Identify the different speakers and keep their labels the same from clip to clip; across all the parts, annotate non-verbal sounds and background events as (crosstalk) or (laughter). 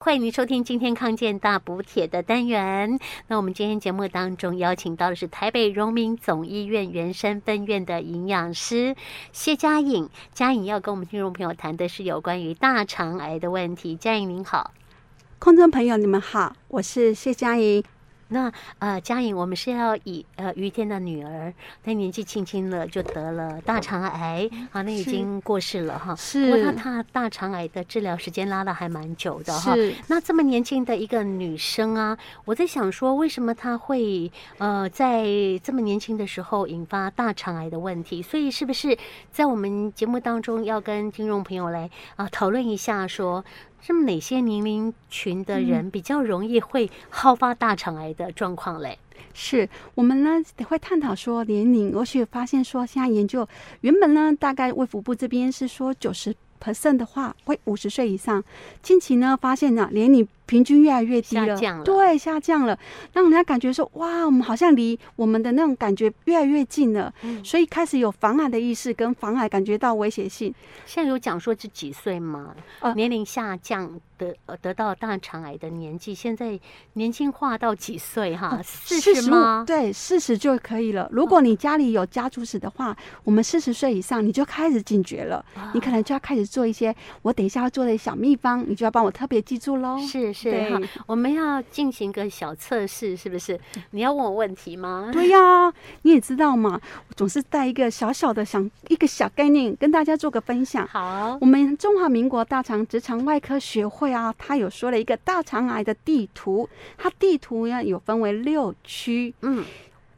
Speaker 1: 欢迎您收听今天康健大补帖的单元。那我们今天节目当中邀请到的是台北荣民总医院原山分院的营养师谢佳颖，佳颖要跟我们听众朋友谈的是有关于大肠癌的问题。佳颖您好，
Speaker 2: 空中朋友你们好，我是谢佳怡。
Speaker 1: 那呃，佳颖，我们是要以呃于天的女儿，她年纪轻轻了就得了大肠癌，啊，那已
Speaker 2: 是
Speaker 1: 经过世了哈。
Speaker 2: 是
Speaker 1: 不过她她大肠癌的治疗时间拉的还蛮久的哈。
Speaker 2: 是
Speaker 1: 那这么年轻的一个女生啊，我在想说，为什么她会呃在这么年轻的时候引发大肠癌的问题？所以是不是在我们节目当中要跟听众朋友来啊、讨论一下说？那么哪些年龄群
Speaker 2: 嗯
Speaker 1: 的人比较容易会好发大肠癌的状况嘞？
Speaker 2: 是我们呢会探讨说年龄，而且发现说现在研究原本呢大概卫福部这边是说九十 percent 的话会五十岁以上，近期呢发现呢、年龄平均越来越低
Speaker 1: 下
Speaker 2: 了，
Speaker 1: 降了
Speaker 2: 对，下降了，让人家感觉说哇，我们好像离我们的那种感觉越来越近了，
Speaker 1: 嗯
Speaker 2: 所以开始有防癌的意识跟防癌感觉到威胁性。
Speaker 1: 现在有讲说是几岁吗？
Speaker 2: 呃
Speaker 1: 年龄下降得呃得到大肠癌的年纪，现在年轻化到几岁哈？四十、
Speaker 2: 45
Speaker 1: 吗？
Speaker 2: 对，啊四十就可以了。如果你家里有家族史的话，我们四十岁以上你就开始警觉了，
Speaker 1: 啊
Speaker 2: 你可能就要开始做一些我等一下要做的小秘方，你就要帮我特别记住喽。
Speaker 1: 是嗯是
Speaker 2: 对
Speaker 1: 哈，我们要进行个小测试，是不是？你要问我问题吗？
Speaker 2: 对呀、你也知道嘛，我总是带一个小小的想一个小概念跟大家做个分享。
Speaker 1: (laughs) 好，
Speaker 2: 我们中华民国大肠直肠外科学会啊，它有说了一个大肠癌的地图，它地图呢有分为六区，
Speaker 1: 嗯，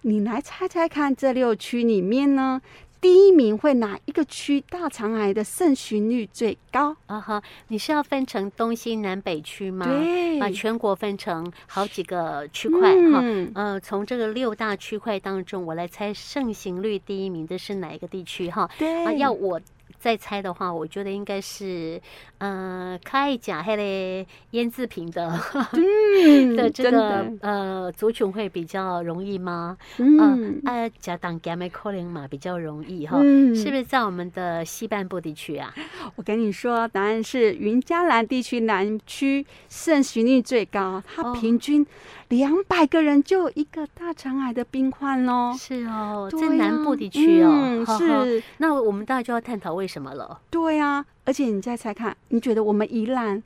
Speaker 2: 你来猜猜看，这六区里面呢，第一名会哪一个区大肠癌的盛行率最高？
Speaker 1: 啊哈，你是要分成东西南北区吗？
Speaker 2: 对
Speaker 1: 把全国分成好几个区块哈。
Speaker 2: 嗯
Speaker 1: 呃，从这个六大区块当中，我来猜盛行率第一名的是哪一个地区哈？
Speaker 2: 对，
Speaker 1: 啊，要我再猜的话，我觉得应该是呃，开甲还嘞腌制品的
Speaker 2: 嗯
Speaker 1: 的这
Speaker 2: 真
Speaker 1: 个
Speaker 2: 的，
Speaker 1: 呃族群会比较容易吗？嗯
Speaker 2: 嗯，
Speaker 1: 啊，甲党甘麦可能嘛比较容易哈，
Speaker 2: 嗯
Speaker 1: 啊是不是在我们的西半部地区啊？
Speaker 2: 我跟你说，答案是云嘉南地区南区盛行率最高，它
Speaker 1: 哦
Speaker 2: 平均两百个人就有一个大肠癌的病患喽。
Speaker 1: 是哦，
Speaker 2: 对
Speaker 1: 在
Speaker 2: 呀
Speaker 1: 南部地区哦，
Speaker 2: 嗯
Speaker 1: 呵呵
Speaker 2: 是，
Speaker 1: 那我们大家就要探讨为什么了。
Speaker 2: 对啊。而且你再猜看，你觉得我们宜兰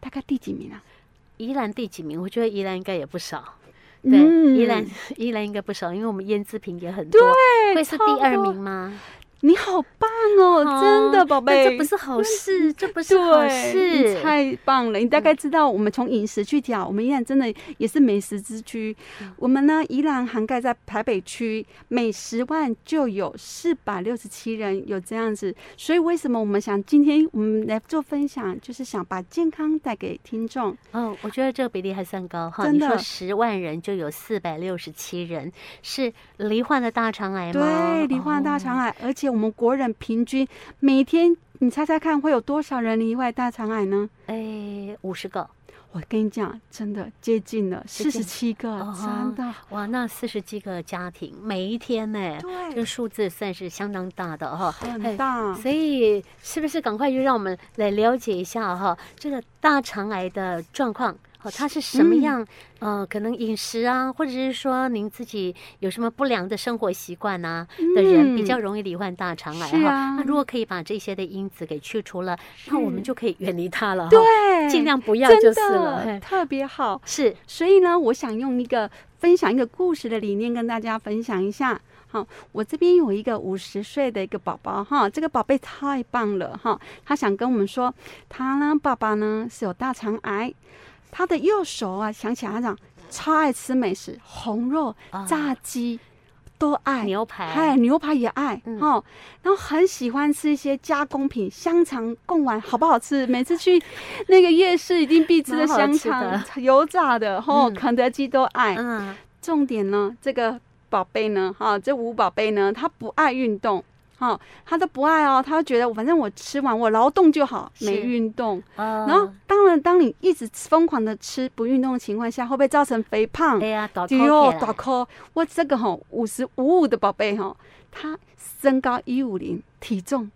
Speaker 2: 大概第几名啊？
Speaker 1: 宜兰第几名？我觉得宜兰应该也不少。对，
Speaker 2: 嗯
Speaker 1: 宜兰 (laughs) 宜兰应该不少，因为我们腌制品也很多
Speaker 2: 对。，
Speaker 1: 会是
Speaker 2: 超
Speaker 1: 第二
Speaker 2: 多
Speaker 1: 名吗？
Speaker 2: 你好棒哦，真
Speaker 1: 哦
Speaker 2: 的，宝
Speaker 1: 那
Speaker 2: 贝，
Speaker 1: 这不是好事，这不是好
Speaker 2: 嗯对，
Speaker 1: 事
Speaker 2: 你。太棒了！你大概知道，我们从饮食去讲，我们依然真的也是美食之区。
Speaker 1: 嗯
Speaker 2: 我们呢，依然涵盖在台北区，每十万就有四百六十七人有这样子。所以为什么我们想今天我们来做分享，就是想把健康带给听众。
Speaker 1: 嗯，我觉得这个比例还算高哈。
Speaker 2: 真
Speaker 1: 你说
Speaker 2: 的
Speaker 1: 十万人就有四百六十七人是罹患了大肠癌吗？
Speaker 2: 对，罹患大肠癌，而且我们国人平均每天，你猜猜看会有多少人罹患大肠癌呢？
Speaker 1: 哎，五十个
Speaker 2: 我跟你讲，真的接近了四
Speaker 1: 接近
Speaker 2: 十七个，
Speaker 1: 哦
Speaker 2: 真的。
Speaker 1: 哇，那四十几个家庭每一天呢，这个
Speaker 2: 对，
Speaker 1: 数字算哎是哎相当大的哈。
Speaker 2: 很大。
Speaker 1: 所以是不是赶快就让我们来了解一下哈，这个大肠癌的状况。哦，它是什么
Speaker 2: 嗯
Speaker 1: 样？呃，可能饮食啊，或者是说您自己有什么不良的生活习惯呐、的人，比
Speaker 2: 嗯
Speaker 1: 较容易罹患大肠癌
Speaker 2: 是
Speaker 1: 哈。
Speaker 2: 啊
Speaker 1: 那如果可以把这些的因子给去除了，那我们
Speaker 2: 是
Speaker 1: 就可以远离它了哈。
Speaker 2: 对，
Speaker 1: 尽量不要
Speaker 2: 真
Speaker 1: 就是了。哎
Speaker 2: 的
Speaker 1: 嘿
Speaker 2: 特别好。
Speaker 1: 是，
Speaker 2: 所以呢，我想用一个分享一个故事的理念跟大家分享一下。好，我这边有一个五十岁的一个宝宝哈，这个宝贝太棒了哈，他想跟我们说，他呢爸爸呢是有大肠癌，他的右手啊想起来他讲超爱吃美食，红肉
Speaker 1: 啊、
Speaker 2: 炸鸡都爱，
Speaker 1: 牛排
Speaker 2: 哎，牛排也爱
Speaker 1: 嗯
Speaker 2: 哦，然后很喜欢吃一些加工品，香肠、贡丸，好不
Speaker 1: (laughs)
Speaker 2: 好吃？每次去那个夜市一定必吃的香
Speaker 1: 蛮好
Speaker 2: 肠，油炸的，吼、
Speaker 1: 嗯
Speaker 2: 肯德基都爱。
Speaker 1: 嗯，
Speaker 2: 重点呢，这个宝贝呢，哈、这五宝贝呢，他不爱运动，哈、他都不爱哦，他觉得反正我吃完我劳动就好，
Speaker 1: 是嗯
Speaker 2: 没运动。
Speaker 1: 然
Speaker 2: 然后，当然，当你一直疯狂的吃不运动的情况下，会不会造成肥胖？
Speaker 1: 哎呀，搞
Speaker 2: 对
Speaker 1: 扣
Speaker 2: 哦
Speaker 1: 起，来
Speaker 2: 大颗，我这个吼五十五五的宝贝吼，他身高一五零，体重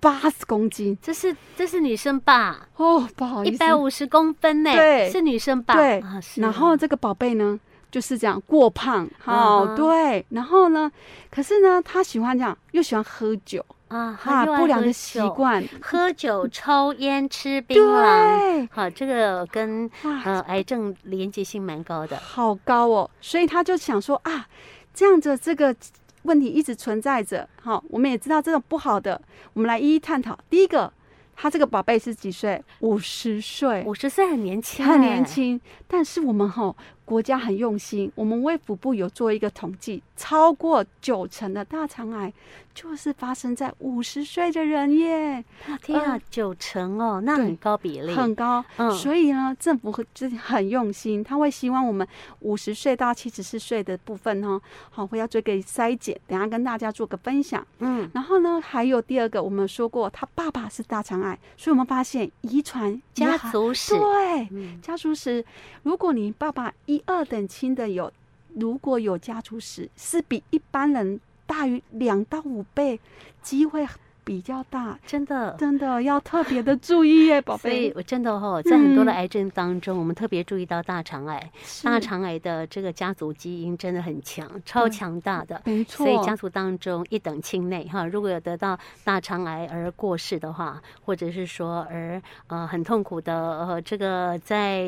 Speaker 2: 八十公斤
Speaker 1: 这是这是女生吧？
Speaker 2: 哦，不好意
Speaker 1: 一
Speaker 2: 思，
Speaker 1: 百五十公分呢、
Speaker 2: 对
Speaker 1: 是女生吧？
Speaker 2: 对
Speaker 1: 啊，是
Speaker 2: 然后这个宝贝呢，就是这样过胖，哦，
Speaker 1: 嗯哼
Speaker 2: 对，然后呢，可是呢，他喜欢这样，又喜欢喝酒，
Speaker 1: 啊，
Speaker 2: 哈、
Speaker 1: 又爱
Speaker 2: 不良
Speaker 1: 喝
Speaker 2: 的习
Speaker 1: 酒，
Speaker 2: 惯，
Speaker 1: 喝酒、抽烟、吃槟榔，
Speaker 2: 对，
Speaker 1: 好，这个跟
Speaker 2: 哇，
Speaker 1: 呃癌症连接性蛮高的。
Speaker 2: 好高哦，所以他就想说啊，这样子这个问题一直存在着，好、我们也知道这种不好的，我们来一一探讨。第一个，他这个宝贝是几岁？五十岁，
Speaker 1: 五十岁很年轻、哎
Speaker 2: 很年。轻，但是我们吼、国家很用心，我们卫福部有做一个统计，超过九成的大肠癌就是发生在五十岁的人耶，
Speaker 1: 啊天啊，九成哦，那
Speaker 2: 对
Speaker 1: 很高比例。
Speaker 2: 嗯很高。
Speaker 1: 嗯
Speaker 2: 所以呢，政府会就是很用心，他会希望我们五十岁到七十四岁的部分哈、好会要做一个筛检，等一下跟大家做个分享。
Speaker 1: 嗯，
Speaker 2: 然后呢，还有第二个，我们说过他爸爸是大肠癌，所以我们发现遗传
Speaker 1: 家
Speaker 2: 也很
Speaker 1: 族史。
Speaker 2: 对。
Speaker 1: 嗯
Speaker 2: 家族史，如果你爸爸一二等亲的有，如果有家族史，是比一般人大于两到五倍，机会比较大，
Speaker 1: 真的。
Speaker 2: 真的要特别的注意耶，宝
Speaker 1: 所以
Speaker 2: 贝。，
Speaker 1: 我真的哦，在很多的
Speaker 2: 嗯
Speaker 1: 癌症当中，我们特别注意到大肠癌。
Speaker 2: 是
Speaker 1: 大肠癌的这个家族基因真的很强，超
Speaker 2: 嗯对
Speaker 1: 强大的。
Speaker 2: 没错，
Speaker 1: 所以家族当中一等亲内哈，如果有得到大肠癌而过世的话，或者是说而呃很痛苦的呃这个在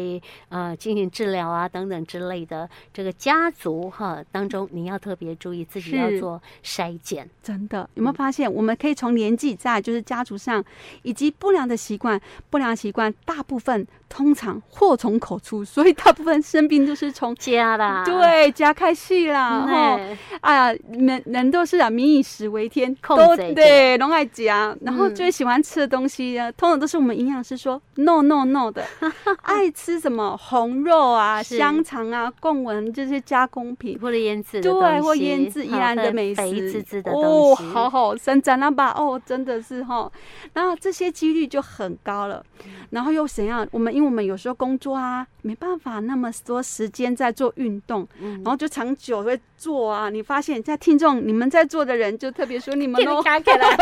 Speaker 1: 呃进行治疗啊等等之类的，这个家族哈当中你要特别注意自己
Speaker 2: 是
Speaker 1: 要做筛检，
Speaker 2: 真的有没
Speaker 1: 嗯
Speaker 2: 有发现，我们可以从年纪在就是家族上，以及不良的习惯，不良习惯大部分通常祸从口出，所以大部分生病就是从。
Speaker 1: 家啊啦，
Speaker 2: 对，加开戏啦，
Speaker 1: 嗯，
Speaker 2: 吼
Speaker 1: 哎
Speaker 2: 哎呀，人人都是啊，民以食为天，
Speaker 1: 控
Speaker 2: 都
Speaker 1: 制一
Speaker 2: 对，拢爱夹，然后
Speaker 1: 嗯
Speaker 2: 最喜欢吃的东西啊，通常都是我们营养师说 no no
Speaker 1: (laughs)
Speaker 2: no 的，爱吃什么红肉啊、
Speaker 1: 是
Speaker 2: 香肠啊、贡丸这些加工品。
Speaker 1: 或者腌制的东
Speaker 2: 对，
Speaker 1: 西
Speaker 2: 或腌制宜
Speaker 1: 哈
Speaker 2: 兰的
Speaker 1: 或者
Speaker 2: 美食，
Speaker 1: 肥滋滋的
Speaker 2: 哦，
Speaker 1: 东西，
Speaker 2: 好好生长了吧？哦，真的是哈、然后这些几率就很高了。
Speaker 1: 嗯
Speaker 2: 然后又怎样？我们因为我们有时候工作啊，没办法那么多时间在做运动，
Speaker 1: 嗯
Speaker 2: 然后就长久会做啊。你发现，在听众你们在做的人，就特别说你
Speaker 1: (laughs)
Speaker 2: 们咯，
Speaker 1: 卡起来，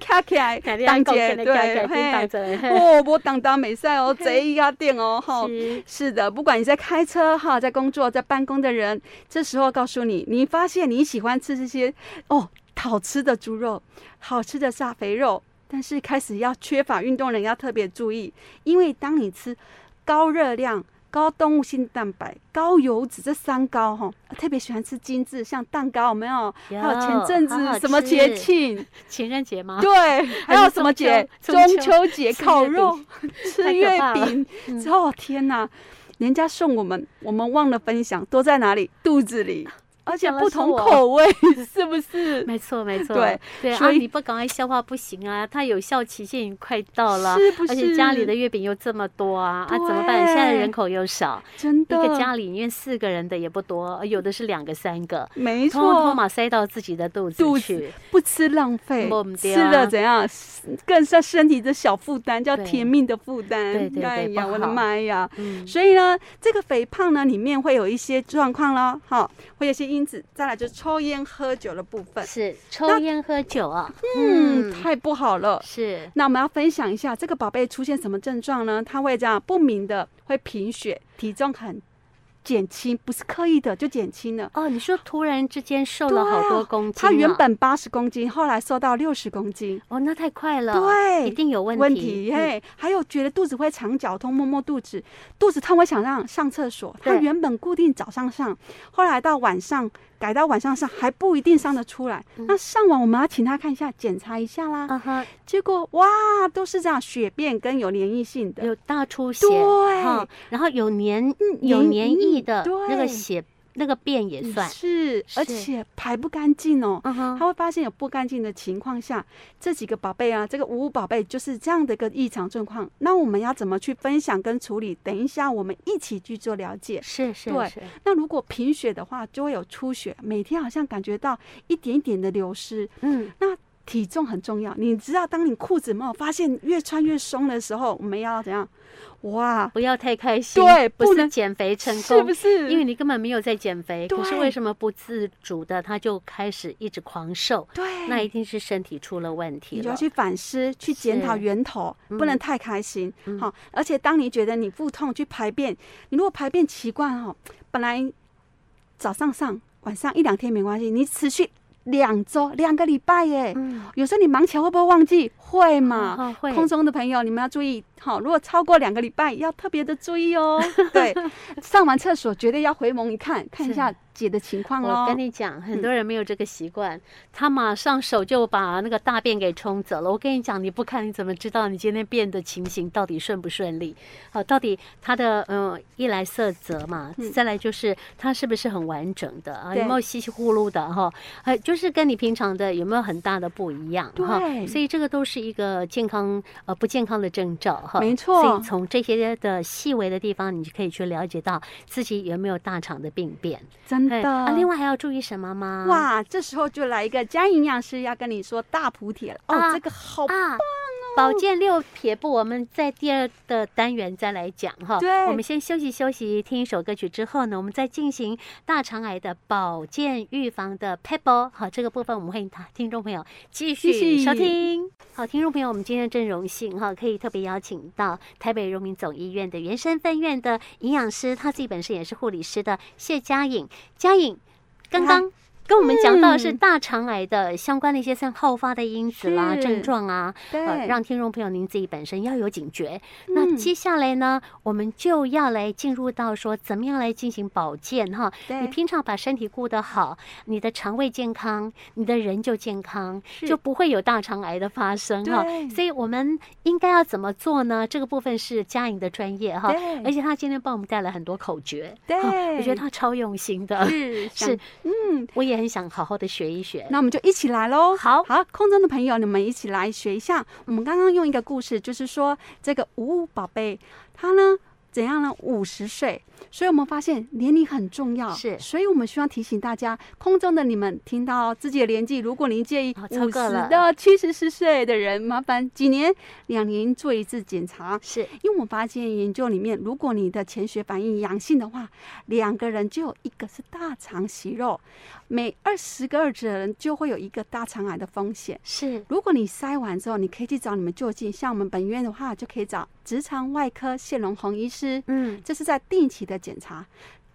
Speaker 2: 卡起
Speaker 1: (laughs)
Speaker 2: (laughs) 来，当姐对，嘿，
Speaker 1: 对，
Speaker 2: 哦，我当当没赛
Speaker 1: (laughs)
Speaker 2: 哦，贼压电哦，哈。
Speaker 1: 是
Speaker 2: 是的，不管你在开车哈，在工作，在办公的人，这时候告诉你，你发现你喜欢吃这些哦，好吃的猪肉，好吃的炸肥肉，但是开始要缺乏运动的人要特别注意，因为当你吃高热量。高动物性蛋白、高油脂这三高哈，特别喜欢吃精致，像蛋糕有没有？
Speaker 1: 有
Speaker 2: 还有前阵
Speaker 1: 好好
Speaker 2: 子什么节
Speaker 1: 吃
Speaker 2: 庆？
Speaker 1: 情人节 (laughs) 吗？
Speaker 2: 对，还有什么节？
Speaker 1: 啊中
Speaker 2: 中
Speaker 1: 秋
Speaker 2: 秋节
Speaker 1: 吃
Speaker 2: 烤
Speaker 1: 月 (laughs)
Speaker 2: 肉、吃月
Speaker 1: 太可怕
Speaker 2: 饼
Speaker 1: 嗯，
Speaker 2: 哦天哪！人家送我们，我们忘了分享，都在哪里？肚
Speaker 1: (laughs)
Speaker 2: 子里，而且
Speaker 1: 讲了
Speaker 2: 不
Speaker 1: 是
Speaker 2: 同
Speaker 1: 我
Speaker 2: 口味， (laughs) 是不是？
Speaker 1: (laughs) 没错，没错，
Speaker 2: 对
Speaker 1: 对啊，
Speaker 2: 所以
Speaker 1: 你不赶快消化不行啊，它有效期限已经快到了，
Speaker 2: 是不
Speaker 1: 而且家里
Speaker 2: 是
Speaker 1: 的月饼又这么多啊，啊
Speaker 2: 对
Speaker 1: 怎么办？现在人口又少，
Speaker 2: 真
Speaker 1: 一个
Speaker 2: 的，
Speaker 1: 家里面四个人的也不多，哦有的是两个三个，
Speaker 2: 没
Speaker 1: 通通
Speaker 2: 错，
Speaker 1: 嘛塞到自己的肚
Speaker 2: 肚
Speaker 1: 子
Speaker 2: 子
Speaker 1: 去，
Speaker 2: 不吃浪费
Speaker 1: 没不，对
Speaker 2: 吃
Speaker 1: 啊
Speaker 2: 了怎样？更是身体的小负担，叫
Speaker 1: 对
Speaker 2: 甜蜜的负担。
Speaker 1: 对对对
Speaker 2: 哎呀，
Speaker 1: 不
Speaker 2: 我的
Speaker 1: 好
Speaker 2: 妈呀！
Speaker 1: 嗯，
Speaker 2: 所以呢，这个肥胖呢，里面会有一些状况咯，哈，会有一些因子。再来就是抽烟喝酒的部分，
Speaker 1: 是抽烟喝酒啊，
Speaker 2: 嗯，太不好了。
Speaker 1: 是
Speaker 2: 那我们要分享一下这个宝贝出现什么症状呢？他会这样不明的会贫血，体重很减轻，不是刻意的就减轻了。
Speaker 1: 哦，你说突然之间瘦了好多公斤啊，
Speaker 2: 他原本八十公斤，后来瘦到六十公斤，
Speaker 1: 哦，那太快了，
Speaker 2: 对
Speaker 1: 一定有问题，
Speaker 2: 问题
Speaker 1: 嗯
Speaker 2: 嘿、还有觉得肚子会肠绞痛，摸摸肚子，肚子痛，我想让上厕所。他
Speaker 1: 对
Speaker 2: 原本固定早上上，后来到晚上改到晚上上，还不一定上得出来。
Speaker 1: 嗯
Speaker 2: 那上完我们要请他看一下，检查一下啦。
Speaker 1: 啊哈，
Speaker 2: 结果哇，都是这样血便跟有黏液性的，
Speaker 1: 有大出血，
Speaker 2: 对
Speaker 1: 哈然后有黏
Speaker 2: 嗯
Speaker 1: 有
Speaker 2: 黏
Speaker 1: 黏液
Speaker 2: 液
Speaker 1: 的那个
Speaker 2: 对
Speaker 1: 血那个便也算，
Speaker 2: 嗯是，而
Speaker 1: 是
Speaker 2: 且排不干净哦。
Speaker 1: 嗯哼，
Speaker 2: 他会发现有不干净的情况下，这几个宝贝啊，这个五五宝贝就是这样的一个异常状况。那我们要怎么去分享跟处理？等一下我们一起去做了解。
Speaker 1: 是是
Speaker 2: 对
Speaker 1: 是，
Speaker 2: 那如果贫血的话，就会有出血，每天好像感觉到一点一点的流失。
Speaker 1: 嗯，
Speaker 2: 那体重很重要，你知道，当你裤子没有发现越穿越松的时候，我们要怎样？哇，
Speaker 1: 不要太开心，
Speaker 2: 对
Speaker 1: 不
Speaker 2: 不
Speaker 1: 是
Speaker 2: 能
Speaker 1: 减肥成功，
Speaker 2: 是不是？
Speaker 1: 因为你根本没有在减肥，可是
Speaker 2: 对
Speaker 1: 为什么不自主的他就开始一直狂瘦？
Speaker 2: 对，
Speaker 1: 那一定是身体出了问题
Speaker 2: 你就要
Speaker 1: 了。
Speaker 2: 去反思、去检讨
Speaker 1: 是
Speaker 2: 源头，不能太开心。好、
Speaker 1: 嗯
Speaker 2: 而且当你觉得你腹痛去排便，你如果排便习惯哦，本来早上上、晚上一两天没关系，你持续两周、两个礼拜耶。
Speaker 1: 嗯，
Speaker 2: 有时候你忙起来会不会忘记？会嘛？
Speaker 1: 哦会
Speaker 2: 空中的朋友，你们要注意，好、如果超过两个礼拜，要特别的注意
Speaker 1: (laughs)
Speaker 2: 哦。对，上完厕所绝对要回眸一看，看一嗯下姐的情况喽。
Speaker 1: 我跟你讲，很多人没有这个习惯，他马上手就把那个大便给冲走了。我跟你讲，你不看你怎么知道你今天便的情形到底顺不顺利？好、到底它的嗯、呃一来色泽嘛，再来就是它是不是很完整的啊？有
Speaker 2: 嗯对
Speaker 1: 没有稀稀呼噜的哈？呃，就是跟你平常的有没有很大的不一样哈？嗯
Speaker 2: 对
Speaker 1: 所以这个都是一个健康呃不健康的征兆哈。
Speaker 2: 没错
Speaker 1: 所以从这些的细微的地方，你就可以去了解到自己有没有大肠的病变。
Speaker 2: 真
Speaker 1: 对
Speaker 2: 的。
Speaker 1: 啊，另外还要注意什么吗？
Speaker 2: 哇，这时候就来一个佳营养师要跟你说大补铁了哦，
Speaker 1: 啊
Speaker 2: 这个好
Speaker 1: 啊，保健六撇步，我们在第二的单元再来讲哈。
Speaker 2: 对
Speaker 1: 我们先休息休息，听一首歌曲之后呢，我们再进行大肠癌的保健预防的 p e b b l 好，这个部分我们欢迎他听众朋友继
Speaker 2: 继
Speaker 1: 续
Speaker 2: 续
Speaker 1: 收听。好，听众朋友，我们今天真荣幸哈，可以特别邀请到台北荣民总医院的原生分院的营养师，他自己本身也是护理师的谢佳颖。佳颖，刚刚跟我们讲到的是
Speaker 2: 嗯
Speaker 1: 大肠癌的相关的一些像好发的因子啦、
Speaker 2: 是
Speaker 1: 症状啊，
Speaker 2: 嗯对，
Speaker 1: 呃，让听众朋友您自己本身要有警觉。那
Speaker 2: 嗯
Speaker 1: 接下来呢，我们就要来进入到说怎么样来进行保健哈。你
Speaker 2: 对
Speaker 1: 平常把身体顾得好，你的肠胃健康，你的人就健康，
Speaker 2: 是
Speaker 1: 就不会有大肠癌的发生哈。
Speaker 2: 对
Speaker 1: 所以我们应该要怎么做呢？这个部分是佳颖的专业哈，
Speaker 2: 对
Speaker 1: 而且她今天帮我们带来很多口诀，
Speaker 2: 对
Speaker 1: 哈哦我觉得她超用心的，
Speaker 2: 是
Speaker 1: 是
Speaker 2: 想，嗯，
Speaker 1: 我也很想好好的学一学。
Speaker 2: 那我们就一起来喽。
Speaker 1: 好
Speaker 2: 好，空中的朋友，你们一起来学一下。我们刚刚用一个故事，就是说这个五五宝贝，他呢怎样呢？五十岁，所以我们发现年龄很重要。
Speaker 1: 是
Speaker 2: 所以我们希望提醒大家，空中的你们听到自己的年纪，如果您介意
Speaker 1: 哦超
Speaker 2: 五
Speaker 1: 过
Speaker 2: 十
Speaker 1: 了
Speaker 2: 到七十四岁的人，麻烦几年、两年做一次检查。
Speaker 1: 是
Speaker 2: 因为我发现研究里面，如果你的潜血反应阳性的话，两个人就有一个是大肠息肉，每二十个二十的人就会有一个大肠癌的风险。
Speaker 1: 是，
Speaker 2: 如果你筛完之后，你可以去找你们就近，像我们本院的话，就可以找直肠外科谢龙红医师，
Speaker 1: 嗯，
Speaker 2: 这是在定期的检查。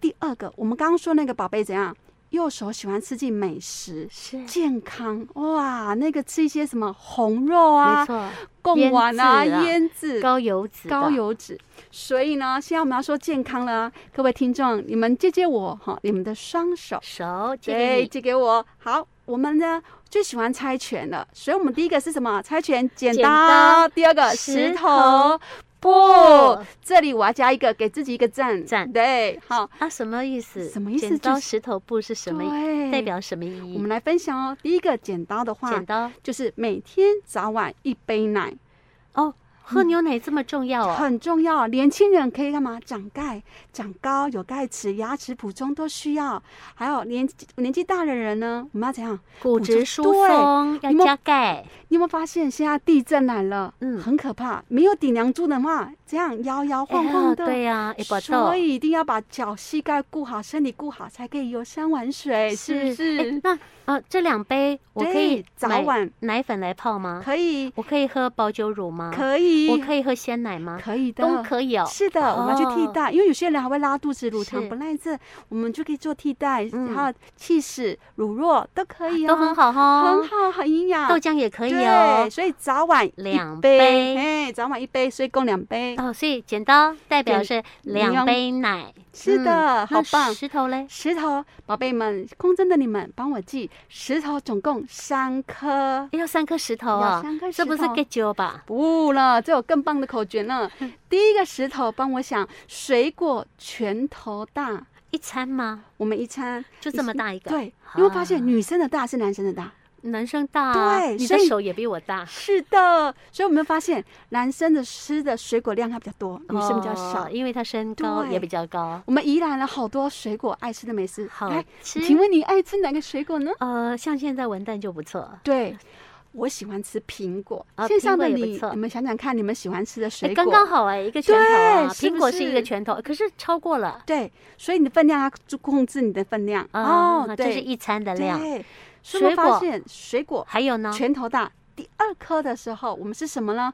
Speaker 2: 第二个，我们刚刚说那个宝贝怎样，右手喜欢吃进美食。
Speaker 1: 是，
Speaker 2: 健康哇，那个吃一些什么红肉
Speaker 1: 没
Speaker 2: 啊、
Speaker 1: 错，
Speaker 2: 贡丸啊、
Speaker 1: 腌制啊
Speaker 2: 腌制、
Speaker 1: 高油脂的，
Speaker 2: 高油脂。所以呢，现在我们要说健康了啊，各位听众，你们借借我哈，你们的双手，
Speaker 1: 手借给
Speaker 2: 对，
Speaker 1: 你
Speaker 2: 借给我。好，我们呢最喜欢猜拳了，所以我们第一个是什么？猜拳，剪
Speaker 1: 剪
Speaker 2: 刀。
Speaker 1: 刀
Speaker 2: 第二个
Speaker 1: 石
Speaker 2: 石
Speaker 1: 头
Speaker 2: 头布
Speaker 1: 布。
Speaker 2: 这里我要加一个，给自己一个赞。
Speaker 1: 赞
Speaker 2: 对，好，
Speaker 1: 啊，什么意思？
Speaker 2: 什么意思
Speaker 1: 剪刀
Speaker 2: 就是
Speaker 1: 石头布是什么？
Speaker 2: 对
Speaker 1: 代。表什么意
Speaker 2: 我
Speaker 1: 义
Speaker 2: 们？来分享哦。第一个剪刀的话
Speaker 1: 剪，刀
Speaker 2: 就是每天早晚一杯奶，
Speaker 1: 哦，喝牛奶这么重要哦？
Speaker 2: 很重要。年轻人可以干嘛？长钙、长高，有钙质，牙齿补充都需要。还有年年纪大的人呢，我们要怎样？
Speaker 1: 骨
Speaker 2: 骨
Speaker 1: 质
Speaker 2: 质
Speaker 1: 疏
Speaker 2: 对
Speaker 1: 松要
Speaker 2: 你们
Speaker 1: 加钙，
Speaker 2: 你有没有发现现在地震来了？
Speaker 1: 嗯
Speaker 2: 很可怕。没有顶梁柱的话，这样摇摇晃晃的。
Speaker 1: 哎呀对呀，一把豆
Speaker 2: 所以一定要把脚、膝盖顾好，身体顾好，才可以游山玩水，是不
Speaker 1: 哎
Speaker 2: 是？
Speaker 1: 那啊，这两杯我可
Speaker 2: 对
Speaker 1: 以
Speaker 2: 早
Speaker 1: 买
Speaker 2: 晚
Speaker 1: 奶粉来泡吗？
Speaker 2: 可以，
Speaker 1: 我可以喝保酒乳吗？
Speaker 2: 可以，
Speaker 1: 嗯我可以喝鲜奶吗？
Speaker 2: 可以的，
Speaker 1: 都可以哦。
Speaker 2: 是的，我们要去替
Speaker 1: 哦
Speaker 2: 代，因为有些人还会拉肚子、乳
Speaker 1: 是
Speaker 2: 糖不耐症，我们就可以做替代，
Speaker 1: 嗯
Speaker 2: 然后气室、乳酪都可以哦，
Speaker 1: 都很，好哦
Speaker 2: 很，好，很营养，
Speaker 1: 豆浆也可以哦
Speaker 2: 对，。所以早晚一
Speaker 1: 两杯
Speaker 2: 杯，哎，早晚一杯，所以共两杯。
Speaker 1: 哦，所以剪刀代表
Speaker 2: 对
Speaker 1: 是
Speaker 2: 你
Speaker 1: 两
Speaker 2: 用
Speaker 1: 杯奶，
Speaker 2: 是的
Speaker 1: 嗯
Speaker 2: 好
Speaker 1: 那
Speaker 2: 棒
Speaker 1: 石头嘞，
Speaker 2: 石头，宝贝们，空中的你们，帮我记，石头总共三颗，
Speaker 1: 要三颗石头啊、
Speaker 2: 要三颗
Speaker 1: 这不
Speaker 2: 石
Speaker 1: 是
Speaker 2: 头
Speaker 1: get 酒吧？
Speaker 2: 不了，这有更棒的口诀
Speaker 1: (laughs)
Speaker 2: 呢。第一个石头，帮我想，水果拳头大，
Speaker 1: 一餐吗？
Speaker 2: 我们一餐
Speaker 1: 就这么大一个？
Speaker 2: 对，你会发
Speaker 1: 啊
Speaker 2: 现女生的大是男生的大。
Speaker 1: 男生大、啊，
Speaker 2: 对
Speaker 1: 你的
Speaker 2: 所以
Speaker 1: 手也比我大，
Speaker 2: 是的，所以我们发现男生的吃的水果量还比较多，女生比较少。
Speaker 1: 哦因为他身高
Speaker 2: 对
Speaker 1: 也比较高。
Speaker 2: 我们宜兰了好多水果爱吃的美食，哎
Speaker 1: 好嗯
Speaker 2: 来，
Speaker 1: 吃
Speaker 2: 请问你爱吃哪个水果呢？
Speaker 1: 呃，像现在文旦就不错，
Speaker 2: 对，我喜欢吃苹果。
Speaker 1: 啊
Speaker 2: 线上的
Speaker 1: 苹果也
Speaker 2: 你
Speaker 1: 不错，
Speaker 2: 你们想想看，你们喜欢吃的水
Speaker 1: 哎，
Speaker 2: 果，
Speaker 1: 刚刚好哎，一个拳头啊，
Speaker 2: 对是不
Speaker 1: 苹果是一个
Speaker 2: 是
Speaker 1: 拳头，可是超过了
Speaker 2: 对，所以你的分量要就控制你的分量
Speaker 1: 啊，
Speaker 2: 哦，
Speaker 1: 这
Speaker 2: 对，
Speaker 1: 是一餐的量。
Speaker 2: 对，所以
Speaker 1: 水
Speaker 2: 我们
Speaker 1: 果
Speaker 2: 发现水果
Speaker 1: 还有呢，
Speaker 2: 拳头大。第二颗的时候，我们是什么呢？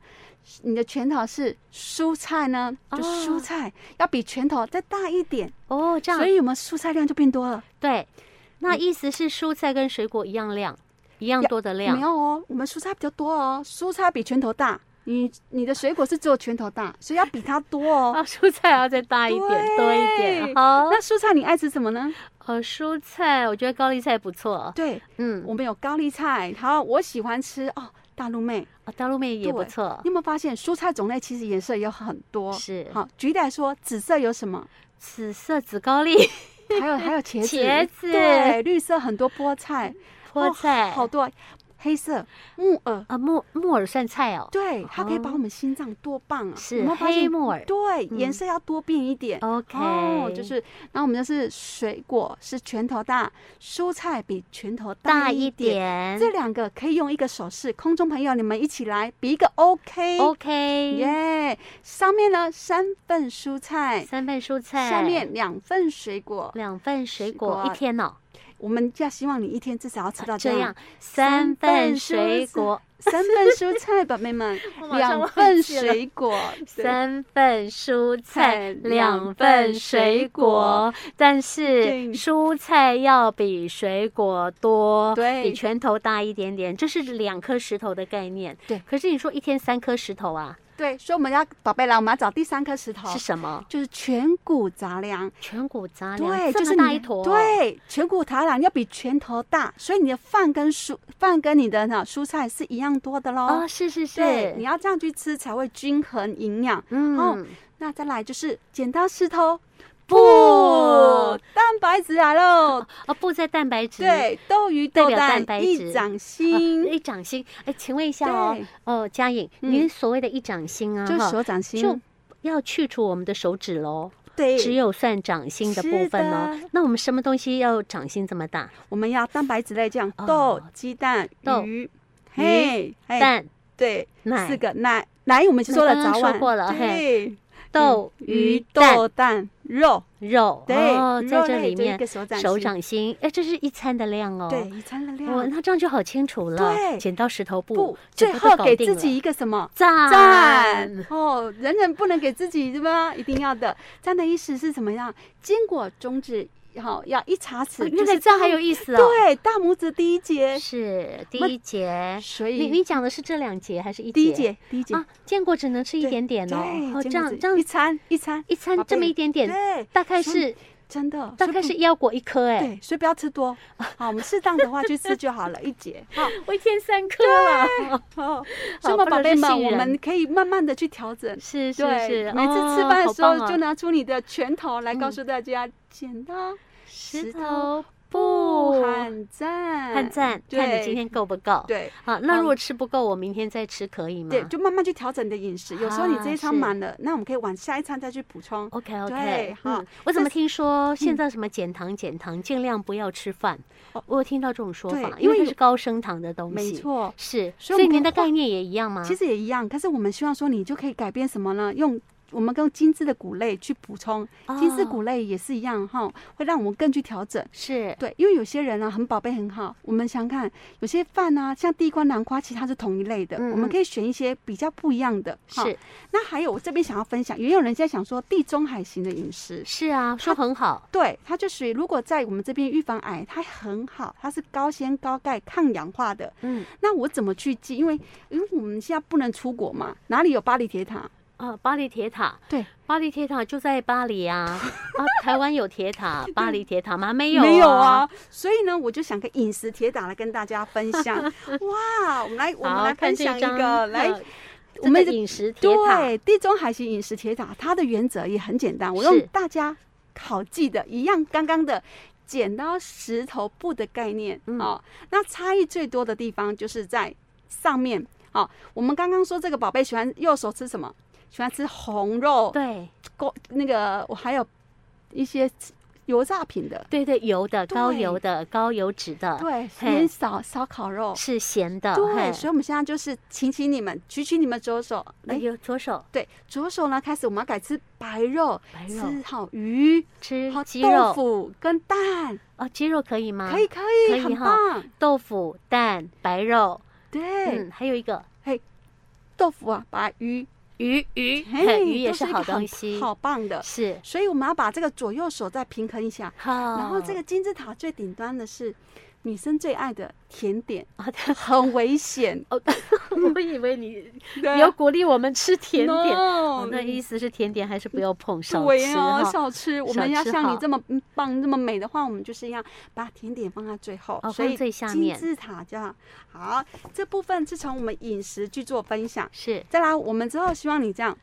Speaker 2: 你的拳头是蔬菜呢，就
Speaker 1: 哦
Speaker 2: 蔬菜、要比拳头再大一点，
Speaker 1: 哦，这样
Speaker 2: 所以嗯我们蔬菜量就变多了。
Speaker 1: 对，那意思是蔬菜跟水果一样量，一样
Speaker 2: 呀
Speaker 1: 多的
Speaker 2: 没
Speaker 1: 量。
Speaker 2: 有哦，我们蔬菜比较多哦，蔬菜比拳头大。你你的水果是只有拳头大，所以要比它多哦。
Speaker 1: (laughs) 啊，蔬菜要再大一点，多一点。
Speaker 2: 对
Speaker 1: 好，
Speaker 2: 那蔬菜你爱吃什么呢？
Speaker 1: 呃，蔬菜我觉得高丽菜不错，
Speaker 2: 对，
Speaker 1: 嗯，
Speaker 2: 我们有高丽菜，然后我喜欢吃哦大陆妹。
Speaker 1: 啊大陆妹也不
Speaker 2: 对
Speaker 1: 错
Speaker 2: 你，有没有发现蔬菜种类其实颜色有很多？
Speaker 1: 是
Speaker 2: 好，举例来说，紫色有什么？
Speaker 1: 紫色紫高丽
Speaker 2: 还有还有茄子，
Speaker 1: 茄子
Speaker 2: 对，绿色很多菠菜，
Speaker 1: 菠菜
Speaker 2: 哦、好多，黑色木耳，
Speaker 1: 啊，木木耳算菜哦。
Speaker 2: 对，它可以
Speaker 1: 哦
Speaker 2: 保我们心脏多棒啊！
Speaker 1: 是
Speaker 2: 有没有发现
Speaker 1: 黑木耳
Speaker 2: 对，
Speaker 1: 嗯
Speaker 2: 颜色要多变一点。
Speaker 1: OK，
Speaker 2: 哦，就是，那我们就是水果是拳头大，蔬菜比拳头
Speaker 1: 大
Speaker 2: 一
Speaker 1: 一点
Speaker 2: 这两个可以用一个手势，空中朋友你们一起来比一个 OK，
Speaker 1: ，OK，
Speaker 2: 耶！上面呢三份蔬菜，
Speaker 1: 三份蔬菜，
Speaker 2: 下面两份水果。
Speaker 1: 两份水
Speaker 2: 水
Speaker 1: 果，
Speaker 2: 果
Speaker 1: 一天哦，
Speaker 2: 我们要希望你一天至少要吃到
Speaker 1: 这样三
Speaker 2: 三
Speaker 1: 份
Speaker 2: 份
Speaker 1: 水
Speaker 2: 蔬菜
Speaker 1: 果，
Speaker 2: 三份蔬菜，宝贝们
Speaker 1: (laughs) 我，马上
Speaker 2: 两
Speaker 1: 忘
Speaker 2: 份
Speaker 1: 记了
Speaker 2: 水果，对
Speaker 1: 三份蔬菜，
Speaker 2: 菜
Speaker 1: 两
Speaker 2: 两
Speaker 1: 份
Speaker 2: 份
Speaker 1: 水
Speaker 2: 水
Speaker 1: 果
Speaker 2: 果，
Speaker 1: 但是
Speaker 2: 对
Speaker 1: 蔬菜要比水果多，
Speaker 2: 对
Speaker 1: 比拳头大一点点，这是两颗石头的概念。
Speaker 2: 对
Speaker 1: 可是你说一天三颗石头啊，
Speaker 2: 对，所以我们要宝贝来，我们要找第三颗石头
Speaker 1: 是，什么？
Speaker 2: 就是全谷杂粮。
Speaker 1: 全谷杂粮
Speaker 2: 对，
Speaker 1: 这
Speaker 2: 就
Speaker 1: 么
Speaker 2: 是
Speaker 1: 大一
Speaker 2: 你
Speaker 1: 坨，，
Speaker 2: 对，全谷杂粮要比拳头大，所以你的饭跟蔬饭跟你的呢蔬菜是一样多的喽。
Speaker 1: 哦，是是
Speaker 2: 对，
Speaker 1: 是，
Speaker 2: 你要这样去吃才会均衡营养。哦
Speaker 1: 嗯，
Speaker 2: 那再来就是剪刀石头
Speaker 1: 布
Speaker 2: 布，蛋白质来喽。
Speaker 1: 哦，布在蛋白质，
Speaker 2: 对，斗鱼
Speaker 1: 代
Speaker 2: 豆
Speaker 1: 表蛋
Speaker 2: 蛋
Speaker 1: 白质
Speaker 2: 一掌心，
Speaker 1: 一掌心。哎，请问一下哦
Speaker 2: 对，
Speaker 1: 哦，佳颖，
Speaker 2: 嗯
Speaker 1: 您所谓的一掌心啊，
Speaker 2: 就
Speaker 1: 哈
Speaker 2: 手掌心，
Speaker 1: 就要去除我们的手指喽。
Speaker 2: 对，
Speaker 1: 只有算掌心的部分哦
Speaker 2: 是。
Speaker 1: 那我们什么东西要掌心这么大？
Speaker 2: 我们要蛋白质类，这样
Speaker 1: 哦
Speaker 2: 豆、鸡蛋、
Speaker 1: 豆
Speaker 2: 鱼，嘿，嘿
Speaker 1: 蛋、
Speaker 2: 对，
Speaker 1: 奶
Speaker 2: 哎四个奶奶，我们说
Speaker 1: 你
Speaker 2: 了
Speaker 1: 刚
Speaker 2: 早
Speaker 1: 刚
Speaker 2: 晚
Speaker 1: 说过了嘿
Speaker 2: 对，
Speaker 1: 豆、
Speaker 2: 嗯
Speaker 1: 鱼、蛋、
Speaker 2: 豆、蛋、肉，
Speaker 1: 肉，
Speaker 2: 对
Speaker 1: 哦，在
Speaker 2: 肉
Speaker 1: 这
Speaker 2: 类
Speaker 1: 里
Speaker 2: 就一
Speaker 1: 面
Speaker 2: 个手掌
Speaker 1: 手
Speaker 2: 心
Speaker 1: 掌心，哎，这是一餐的量哦。
Speaker 2: 对，一餐的
Speaker 1: 哦，
Speaker 2: 量。
Speaker 1: 那这样就好清楚了。
Speaker 2: 对
Speaker 1: 剪刀石头布
Speaker 2: 不，，
Speaker 1: 整
Speaker 2: 最
Speaker 1: 个都
Speaker 2: 后
Speaker 1: 搞
Speaker 2: 给
Speaker 1: 定
Speaker 2: 自
Speaker 1: 了
Speaker 2: 己一个什么？
Speaker 1: 赞
Speaker 2: 赞哦，人人不能给自己对吧？一定要的。赞的意思是怎么样？坚果中指好要一茶匙
Speaker 1: 哦，
Speaker 2: 就
Speaker 1: 原来
Speaker 2: 是
Speaker 1: 这样还
Speaker 2: 大
Speaker 1: 有意思哦。
Speaker 2: 对大拇指第一节，
Speaker 1: 是第
Speaker 2: 那
Speaker 1: 一节，
Speaker 2: 所
Speaker 1: 你
Speaker 2: 以
Speaker 1: 你讲的是这两节还是一节？
Speaker 2: 第一节第一节
Speaker 1: 啊，坚果只能吃一
Speaker 2: 对
Speaker 1: 点点哦。哦，这
Speaker 2: 对，坚果
Speaker 1: 样
Speaker 2: 汁
Speaker 1: 这样
Speaker 2: 一餐一餐
Speaker 1: 一餐
Speaker 2: 宝
Speaker 1: 这么
Speaker 2: 贝
Speaker 1: 一点点，
Speaker 2: 对，
Speaker 1: 大概
Speaker 2: 所以
Speaker 1: 是
Speaker 2: 真的，
Speaker 1: 大
Speaker 2: 所以
Speaker 1: 概
Speaker 2: 不
Speaker 1: 是腰果一颗哎。
Speaker 2: 对，所以不要
Speaker 1: (laughs)
Speaker 2: 吃多。好，我们适当的话去吃就好了，一节。好，
Speaker 1: 我一天三颗了，
Speaker 2: 好，
Speaker 1: 好
Speaker 2: 所以嘛
Speaker 1: 不能
Speaker 2: 宝贝
Speaker 1: 是
Speaker 2: 们，
Speaker 1: 杏
Speaker 2: 我们
Speaker 1: 仁
Speaker 2: 可以慢慢的去调整。
Speaker 1: 是是
Speaker 2: 对
Speaker 1: 是，
Speaker 2: 每次吃
Speaker 1: 哦
Speaker 2: 饭的时
Speaker 1: 好棒
Speaker 2: 候
Speaker 1: 哦
Speaker 2: 就拿出你的拳头来告
Speaker 1: 嗯
Speaker 2: 诉大家，剪刀
Speaker 1: 石
Speaker 2: 石
Speaker 1: 头
Speaker 2: 头
Speaker 1: 布
Speaker 2: 布，喊赞，
Speaker 1: 看赞，看你今
Speaker 2: 对
Speaker 1: 天够不够。
Speaker 2: 对
Speaker 1: 好，那
Speaker 2: 好
Speaker 1: 如果吃不够，我明天再吃可以吗？哦
Speaker 2: 对，就慢慢去调整你的饮食。有时候你这
Speaker 1: 啊
Speaker 2: 一
Speaker 1: 是
Speaker 2: 餐满了，那我们可以往下一餐再去补充。
Speaker 1: OK OK，
Speaker 2: 对
Speaker 1: 嗯
Speaker 2: 好，
Speaker 1: 我怎
Speaker 2: 这
Speaker 1: 么
Speaker 2: 是
Speaker 1: 听说现在什么减糖减糖，尽量不要吃饭
Speaker 2: 哦，
Speaker 1: 我有听到这种说
Speaker 2: 对
Speaker 1: 法，
Speaker 2: 因
Speaker 1: 因为
Speaker 2: 为
Speaker 1: 它
Speaker 2: 有
Speaker 1: 是高升糖的东
Speaker 2: 没
Speaker 1: 西，
Speaker 2: 错，
Speaker 1: 是，所
Speaker 2: 所以
Speaker 1: 以
Speaker 2: 我们
Speaker 1: 您的
Speaker 2: 不
Speaker 1: 概念也一样吗？
Speaker 2: 其实也一样，可是我们希望说，你就可以改变什么呢？用我们跟精致的谷类去补充，精致
Speaker 1: 哦
Speaker 2: 谷类也是一样哈，会让我们更去调整。
Speaker 1: 是
Speaker 2: 对，因为有些人呢、很宝贝很好，我们想想看，有些饭啊，像地瓜、南瓜，其实它是同一类的，
Speaker 1: 嗯
Speaker 2: 我
Speaker 1: 嗯
Speaker 2: 们可以选一些比较不一样的。哈
Speaker 1: 是。
Speaker 2: 那还有我这边想要分享，也有人在想说地中海型的饮食，
Speaker 1: 是啊，说很好，
Speaker 2: 对，它就属于如果在我们这边预防癌，它很好，它是高纤、高钙、抗氧化的。
Speaker 1: 嗯，
Speaker 2: 那我怎么去记？因为因为我们现在不能出国嘛，哪里有巴黎铁塔？
Speaker 1: 啊，巴黎铁塔，
Speaker 2: 对，
Speaker 1: 巴黎铁塔就在巴黎啊，啊，台湾有铁
Speaker 2: (laughs)
Speaker 1: 塔，巴黎铁塔吗？没有，
Speaker 2: 没有啊。所以呢，我就想个饮食铁打来跟大家分
Speaker 1: (laughs)
Speaker 2: 享。哇，我们来，我们
Speaker 1: 好，
Speaker 2: 来
Speaker 1: 看
Speaker 2: 分
Speaker 1: 这
Speaker 2: 享一
Speaker 1: 张
Speaker 2: 个，
Speaker 1: (laughs)
Speaker 2: 来，
Speaker 1: 呃
Speaker 2: 我们
Speaker 1: 这
Speaker 2: 的
Speaker 1: 个饮食铁塔，
Speaker 2: 对地中海型饮食铁塔，它的原则也很简单，我用
Speaker 1: 是
Speaker 2: 大家好记的一样，刚刚的。剪刀石头布的概念、
Speaker 1: 嗯
Speaker 2: 哦，那差异最多的地方就是在上面哦。我们刚刚说这个宝贝喜欢右手吃什么？喜欢吃红肉，
Speaker 1: 对，
Speaker 2: 勾那个我还有一些油炸品的，
Speaker 1: 对对，油的、
Speaker 2: 对
Speaker 1: 高油的、高油脂的，
Speaker 2: 对，
Speaker 1: 啊嘿
Speaker 2: 连烧烧烤肉，
Speaker 1: 是咸的，嘿
Speaker 2: 对，所以我们现在就是请请你们举起你们左手，
Speaker 1: 哎
Speaker 2: 哎，
Speaker 1: 呦，左手
Speaker 2: 对，左手呢开始我们要改吃白肉，
Speaker 1: 白肉
Speaker 2: 吃好鱼，
Speaker 1: 吃
Speaker 2: 好
Speaker 1: 鸡
Speaker 2: 豆
Speaker 1: 肉
Speaker 2: 腐跟蛋，
Speaker 1: 哦，鸡肉可以吗？
Speaker 2: 可以，可
Speaker 1: 可以
Speaker 2: 以，很
Speaker 1: 哈
Speaker 2: 棒，
Speaker 1: 豆腐、蛋、白肉，
Speaker 2: 对，
Speaker 1: 嗯，还有一个
Speaker 2: 豆腐啊，把鱼，
Speaker 1: 鱼，鱼
Speaker 2: 嘿
Speaker 1: 嘿鱼也
Speaker 2: 都
Speaker 1: 是
Speaker 2: 一
Speaker 1: 好
Speaker 2: 个很
Speaker 1: 东西，
Speaker 2: 好棒的。
Speaker 1: 是
Speaker 2: 所以我们要把这个左右手再平衡一下，
Speaker 1: 好。
Speaker 2: 然
Speaker 1: 然
Speaker 2: 后这个金字塔最顶端的是女生最爱的甜点，
Speaker 1: 哦，对，
Speaker 2: 很危险
Speaker 1: 哦， (laughs) 我以为你
Speaker 2: (laughs) 对啊
Speaker 1: 有鼓励我们吃甜点，
Speaker 2: no，
Speaker 1: 哦，那意思是甜点还是不要碰，少
Speaker 2: 嗯对
Speaker 1: 吃
Speaker 2: 哦，
Speaker 1: 哈。
Speaker 2: 少吃。我
Speaker 1: 少
Speaker 2: 们要
Speaker 1: 吃
Speaker 2: 像
Speaker 1: 好
Speaker 2: 你这么嗯棒、这么美的话，我们就是要把甜点放在最后，
Speaker 1: 哦
Speaker 2: 所
Speaker 1: 放
Speaker 2: 以
Speaker 1: 最下
Speaker 2: 金
Speaker 1: 面
Speaker 2: 字塔这样好。这部分是从我们饮食去做分享，
Speaker 1: 是
Speaker 2: 再来我们之后希望你这样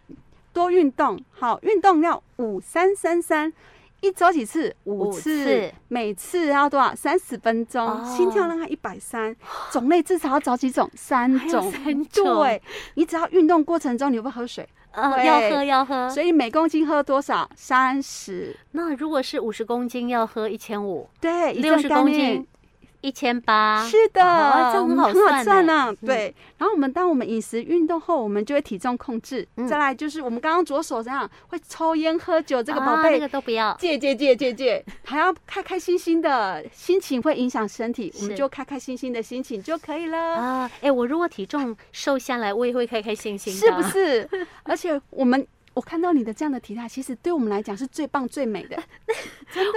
Speaker 2: 多运动，好，运动要五三三三。一周几次？
Speaker 1: 五
Speaker 2: 五次，
Speaker 1: 次
Speaker 2: 每次要多少？三十分钟。
Speaker 1: 哦
Speaker 2: 心跳让它一百三，种类至少要找几种？三
Speaker 1: 还有
Speaker 2: 种。
Speaker 1: 三种
Speaker 2: 对，你只要运动过程中你会不会喝水，
Speaker 1: 呃，
Speaker 2: 对
Speaker 1: 要喝要喝。
Speaker 2: 所以每公斤喝多少？三十。
Speaker 1: 那如果是五十公斤，要喝一千五，
Speaker 2: 对，一
Speaker 1: 六
Speaker 2: 份
Speaker 1: 十
Speaker 2: 干
Speaker 1: 公
Speaker 2: 面
Speaker 1: 斤一千八。
Speaker 2: 是的，
Speaker 1: 哦这样
Speaker 2: 我
Speaker 1: 很
Speaker 2: 们
Speaker 1: 好
Speaker 2: 很好
Speaker 1: 算
Speaker 2: 算
Speaker 1: 呢。嗯
Speaker 2: 啊。对，然后我们当我们饮食、运动后，我们就会体重控制。
Speaker 1: 嗯
Speaker 2: 再来就是我们刚刚左手这样会抽烟、喝酒，这个宝
Speaker 1: 啊那
Speaker 2: 贝
Speaker 1: 个都不要。
Speaker 2: 戒戒戒
Speaker 1: (laughs)
Speaker 2: 戒戒，还要开开心心的心情会影响身体，我
Speaker 1: 是
Speaker 2: 们就开开心心的心情就可以了。
Speaker 1: 啊，哎、我如果体重瘦下来，我也会开开心心的，啊 (laughs)
Speaker 2: 是不？是？而且我们。我看到你的这样的体态，其实对我们来讲是最棒、最美的。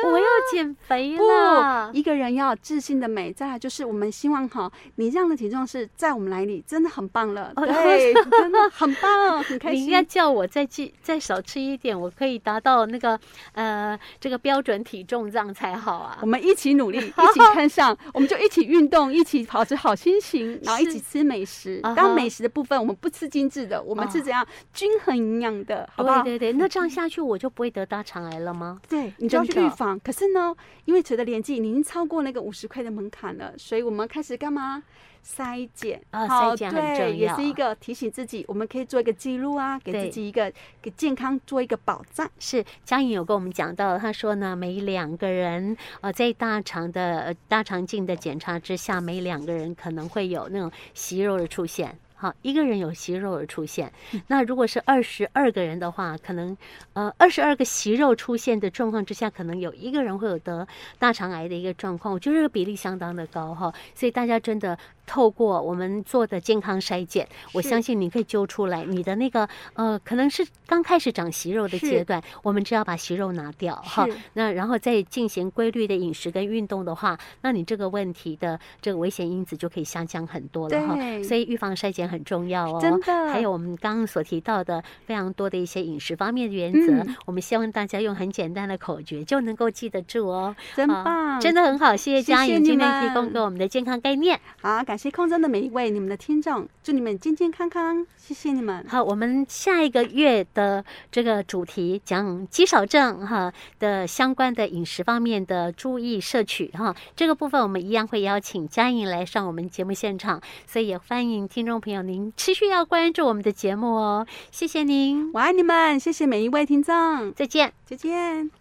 Speaker 1: 我要减肥了
Speaker 2: 啊不，。一个人要有自信的美，再来就是我们希望哈，你这样的体重是在我们来里真的很棒了，
Speaker 1: 哦
Speaker 2: 对， (laughs) 真的很棒，很
Speaker 1: (laughs)
Speaker 2: 开
Speaker 1: 你应
Speaker 2: 心
Speaker 1: 该。叫我再记再少吃一点，我可以达到那个呃这个标准体重这样才好啊
Speaker 2: 我。们一起努力，一起看上，我们就一起运动，一起保持好
Speaker 1: (laughs)
Speaker 2: 心情，然后一起吃美食
Speaker 1: 啊哈。
Speaker 2: 当美食的部分，我们不吃精致的，我们
Speaker 1: 哦
Speaker 2: 吃怎样均衡营养的，好不
Speaker 1: 对
Speaker 2: 好？嗯
Speaker 1: 对对，那这样下去我就不会得大肠癌了吗？
Speaker 2: 对，你就要去
Speaker 1: 真的
Speaker 2: 预防。可是呢，因为随着年纪，你已经超过那个五十块的门槛了，所以我们开始干嘛？筛检
Speaker 1: 啊
Speaker 2: 好
Speaker 1: 筛检很重
Speaker 2: 对，也
Speaker 1: 要
Speaker 2: 是一个提醒自己，我们可以做一个记录啊，给
Speaker 1: 对
Speaker 2: 自己一个给健康做一个保障。
Speaker 1: 是嘉颖有跟我们讲到，她说呢，每两个人呃在大肠的、呃、大肠镜的检查之下，每两个人可能会有那种息肉的出现。好，一个人有息肉的出现，那如果是二十二个人的话，可能呃二十二个息肉出现的状况之下，可能有一个人会有得大肠癌的一个状况。我觉得这个比例相当的高哈，所以大家真的透过我们做的健康筛检，我
Speaker 2: 是
Speaker 1: 相信你可以揪出来你的那个呃，可能是刚开始长息肉的
Speaker 2: 是
Speaker 1: 阶段，我们只要把息肉拿掉哈
Speaker 2: 是，
Speaker 1: 那然后再进行规律的饮食跟运动的话，那你这个问题的这个危险因子就可以下降很多了哈。
Speaker 2: 对
Speaker 1: 所以预防筛检很重要哦，
Speaker 2: 真的
Speaker 1: 还有我们刚刚所提到的非常多的一些饮食方面的原则，
Speaker 2: 嗯
Speaker 1: 我们希望大家用很简单的口诀就能够记得住哦。
Speaker 2: 真
Speaker 1: 啊
Speaker 2: 棒，
Speaker 1: 真的很好，谢谢
Speaker 2: 嗯谢
Speaker 1: 嘉
Speaker 2: 谢
Speaker 1: 颖
Speaker 2: 你
Speaker 1: 今天提
Speaker 2: 们
Speaker 1: 供给我们的健康概念。
Speaker 2: 好，感谢空中的每一位你们的听众，祝你们健健康康，谢谢你们。
Speaker 1: 好，我们下一个月的这个主题讲肌少症哈的相关的饮食方面的注意摄取哈，这个部分我们一样会邀请嘉颖来上我们节目现场，所以也欢迎听众朋友您持续要关注我们的节目哦，谢谢您，
Speaker 2: 我爱你们，谢谢每一位听众，
Speaker 1: 再见。
Speaker 2: 再见。